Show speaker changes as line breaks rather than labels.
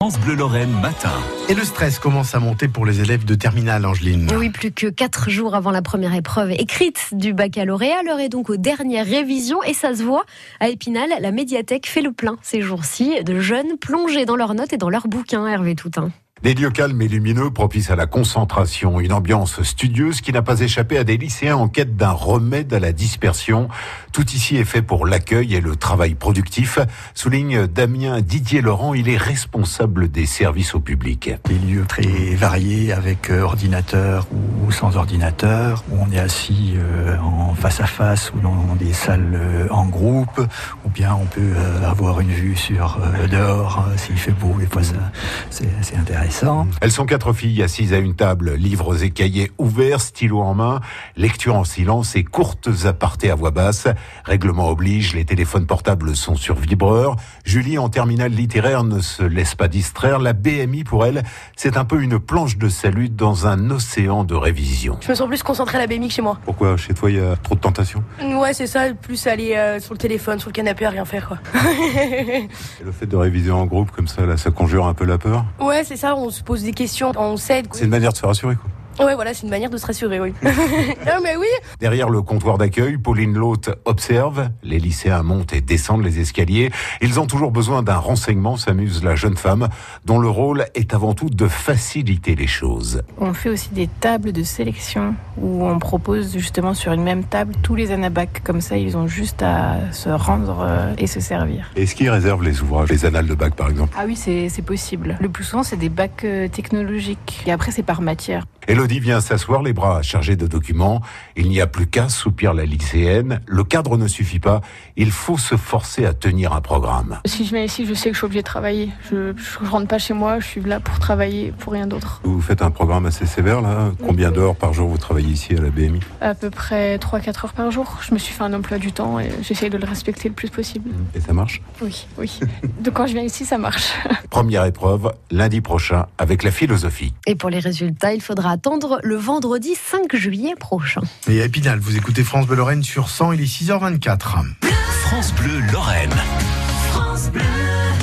France Bleu Lorraine matin.
Et le stress commence à monter pour les élèves de terminale, Angeline.
Et Oui, plus que quatre jours avant la première épreuve écrite du baccalauréat. L'heure est donc aux dernières révisions et ça se voit. À Épinal, la médiathèque fait le plein ces jours-ci de jeunes plongés dans leurs notes et dans leurs bouquins, Hervé Toutin.
Des lieux calmes et lumineux propices à la concentration, une ambiance studieuse qui n'a pas échappé à des lycéens en quête d'un remède à la dispersion. Tout ici est fait pour l'accueil et le travail productif, souligne Damien Didier Laurent, il est responsable des services au public.
des lieux très variés avec euh, ordinateur ou sans ordinateur, où on est assis euh, en face à face ou dans des salles euh, en groupe, ou bien on peut euh, avoir une vue sur euh, dehors euh, s'il fait beau, des fois ça, c'est c'est intéressant.
Elles sont quatre filles assises à une table, livres et cahiers ouverts, stylos en main, lecture en silence et courtes apartés à voix basse. Règlement oblige, les téléphones portables sont sur vibreur. Julie, en terminale littéraire, ne se laisse pas distraire. La BMI, pour elle, c'est un peu une planche de salut dans un océan de révision.
Je me sens plus concentrée à la BMI que chez moi.
Pourquoi chez toi, il y a trop de tentations
Ouais, c'est ça, plus aller euh, sur le téléphone, sur le canapé à rien faire quoi.
Le fait de réviser en groupe, comme ça, là, ça conjure un peu la peur.
ouais, c'est ça, on se pose des questions, on s'aide. quoi.
manière de se rassurer, quoi.
Ouais, voilà, c'est une manière de se rassurer, oui. ah, mais oui,
Derrière le comptoir d'accueil, Pauline Loth observe. Les lycéens montent et descendent les escaliers. Ils ont toujours besoin d'un renseignement, s'amuse la jeune femme, dont le rôle est avant tout de faciliter les choses.
On fait aussi des tables de sélection où on propose justement sur une même table tous les anabacs. Comme ça, ils ont juste à se rendre euh, et se servir.
Est-ce qu'ils réservent les ouvrages, les annales de bac par exemple
Ah oui, c'est c'est possible. Le plus souvent, c'est des bacs euh, technologiques. Et après, c'est par matière.
Elodie vient s'asseoir, les bras chargés de documents. Il n'y a plus qu'à, soupire la lycéenne. Le cadre ne suffit pas. Il faut se forcer à tenir un programme.
Si je viens ici, je sais que je suis obligée de travailler. Je, je rentre pas chez moi, je suis là pour travailler, pour rien d'autre.
Vous faites un programme assez sévère là.
Combien
d'heures par jour vous travaillez ici à la BMI
À peu près 3-4 heures par jour. Je me suis fait un emploi du temps et j'essaye de le respecter le plus possible.
Et ça marche
Oui, oui. Donc quand je viens ici, ça marche.
Première épreuve, lundi prochain, avec la philosophie.
Et pour les résultats, il faudra attendre le vendredi 5 juillet prochain.
Et à Épinal, vous écoutez France Bleu Lorraine sur 100, il est 6h24.
France Bleu Lorraine.
France Bleu.